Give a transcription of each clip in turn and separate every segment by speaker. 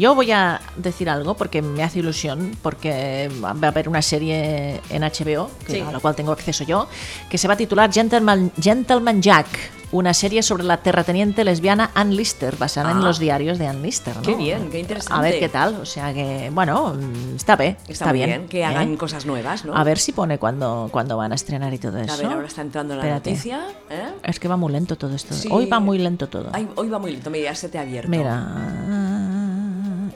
Speaker 1: Yo voy a decir algo porque me hace ilusión, porque va a haber una serie en HBO, que-
Speaker 2: Sí.
Speaker 1: a la cual tengo acceso yo, que se va a titular Gentleman, Gentleman Jack, una serie sobre la terrateniente lesbiana Ann Lister, basada en
Speaker 2: Ah.
Speaker 1: los diarios de Ann Lister. ¿no?
Speaker 2: Qué bien, qué interesante.
Speaker 1: A ver qué tal, o sea que, bueno, mm, está bien. Está,
Speaker 2: Está, muy bien,
Speaker 1: ¿eh?
Speaker 2: que hagan cosas nuevas, ¿no?
Speaker 1: A ver si pone cuando, cuando van a estrenar y todo
Speaker 2: A
Speaker 1: eso.
Speaker 2: ver, ahora está entrando la
Speaker 1: Espérate.
Speaker 2: noticia. ¿eh?
Speaker 1: Es que va muy lento todo esto.
Speaker 2: Sí.
Speaker 1: Hoy va muy lento todo.
Speaker 2: Ay, hoy va muy lento, mira, ya se te ha abierto.
Speaker 1: Mira.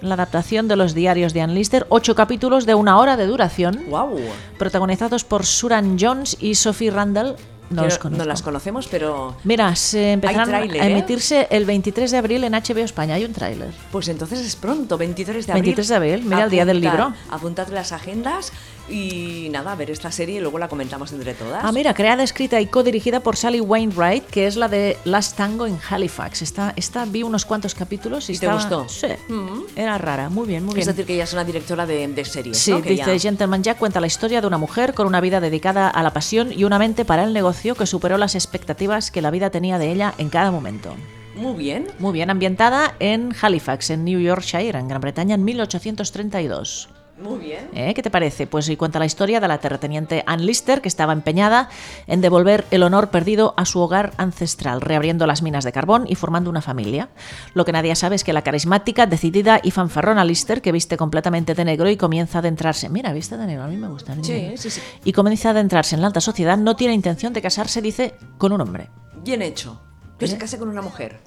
Speaker 1: La adaptación de los diarios de Ann Lister, ocho capítulos de una hora de duración,
Speaker 2: Guau.
Speaker 1: protagonizados por Suran Jones y Sophie Randall. No
Speaker 2: Que
Speaker 1: los conozco.
Speaker 2: las conocemos, pero
Speaker 1: Mira, se empezarán
Speaker 2: tráiler,
Speaker 1: a
Speaker 2: ¿eh?
Speaker 1: emitirse el 23 de abril en HBO España. Hay un tráiler.
Speaker 2: pues entonces es pronto, 23 de abril.
Speaker 1: 23 de abril, mira, el día del
Speaker 2: Apuntad-
Speaker 1: libro.
Speaker 2: Apuntad las agendas y nada, a ver esta serie y luego la comentamos entre todas.
Speaker 1: Ah, mira, creada, escrita y codirigida por Sally Wainwright, que es la de Last Tango en Halifax. Esta, esta vi unos cuantos capítulos y,
Speaker 2: ¿Y te
Speaker 1: estaba-
Speaker 2: gustó? Mm.
Speaker 1: Sí. Era rara, muy bien, muy bien.
Speaker 2: es decir, que ella es una directora de, de series.
Speaker 1: Sí,
Speaker 2: ¿no? Que
Speaker 1: dice
Speaker 2: ya-
Speaker 1: Gentleman Jack cuenta la historia de una mujer con una vida dedicada a la pasión y una mente para el negocio que superó las expectativas que la vida tenía de ella en cada momento.
Speaker 2: Muy bien.
Speaker 1: Muy bien, ambientada en Halifax, en New Yorkshire, en Gran Bretaña, en 1832.
Speaker 2: Muy bien.
Speaker 1: ¿Eh? ¿Qué te parece? Pues y cuenta la historia de la terrateniente Ann Lister, que estaba empeñada en devolver el honor perdido a su hogar ancestral, reabriendo las minas de carbón y formando una familia. Lo que nadie sabe es que la carismática, decidida y fanfarrona Lister, que viste completamente de negro y comienza a adentrarse. Mira, viste de negro, a mí me gusta. de
Speaker 2: Sí,
Speaker 1: negro.
Speaker 2: sí, sí.
Speaker 1: Y comienza a adentrarse en la alta sociedad, no tiene intención de casarse, dice, con un hombre.
Speaker 2: Bien hecho. Que se case con una mujer.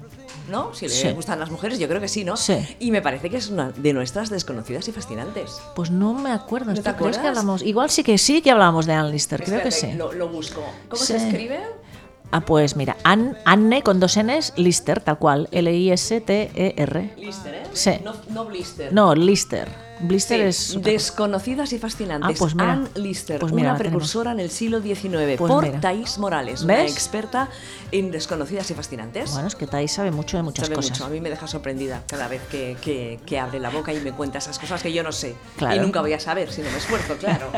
Speaker 2: ¿No? Si le
Speaker 1: Sí.
Speaker 2: gustan las mujeres, yo creo que sí, ¿no?
Speaker 1: Sí.
Speaker 2: Y me parece que es una de nuestras desconocidas y fascinantes.
Speaker 1: Pues no me acuerdo.
Speaker 2: ¿No
Speaker 1: ¿tú crees
Speaker 2: te
Speaker 1: que
Speaker 2: acuerdas?
Speaker 1: hablamos? Igual sí que sí que hablábamos de Ann Lister, creo que
Speaker 2: Espérate,
Speaker 1: sí.
Speaker 2: Lo, lo busco. ¿Cómo
Speaker 1: Sí.
Speaker 2: se escribe?
Speaker 1: Ah, pues mira, Ann- Anne con dos N's, Lister, tal cual, L-I-S-T-E-R.
Speaker 2: Blister, ¿eh?
Speaker 1: Sí.
Speaker 2: No, no Blister.
Speaker 1: E No, Lister. Blister
Speaker 2: Sí,
Speaker 1: es. otra cosa.
Speaker 2: Desconocidas y fascinantes.
Speaker 1: Ah, pues mira.
Speaker 2: Anne Lister,
Speaker 1: Pues mira,
Speaker 2: una
Speaker 1: la tenemos.
Speaker 2: precursora en el siglo XIX
Speaker 1: Pues
Speaker 2: por
Speaker 1: mira.
Speaker 2: Thais Morales, una
Speaker 1: ¿Ves?
Speaker 2: experta en desconocidas y fascinantes.
Speaker 1: Bueno, es que Tai sabe mucho de muchas
Speaker 2: Sabe
Speaker 1: cosas.
Speaker 2: mucho. A mí me deja sorprendida cada vez que, que- que abre la boca y me cuenta esas cosas que yo no sé.
Speaker 1: Claro.
Speaker 2: Y nunca voy a saber si no me esfuerzo, claro.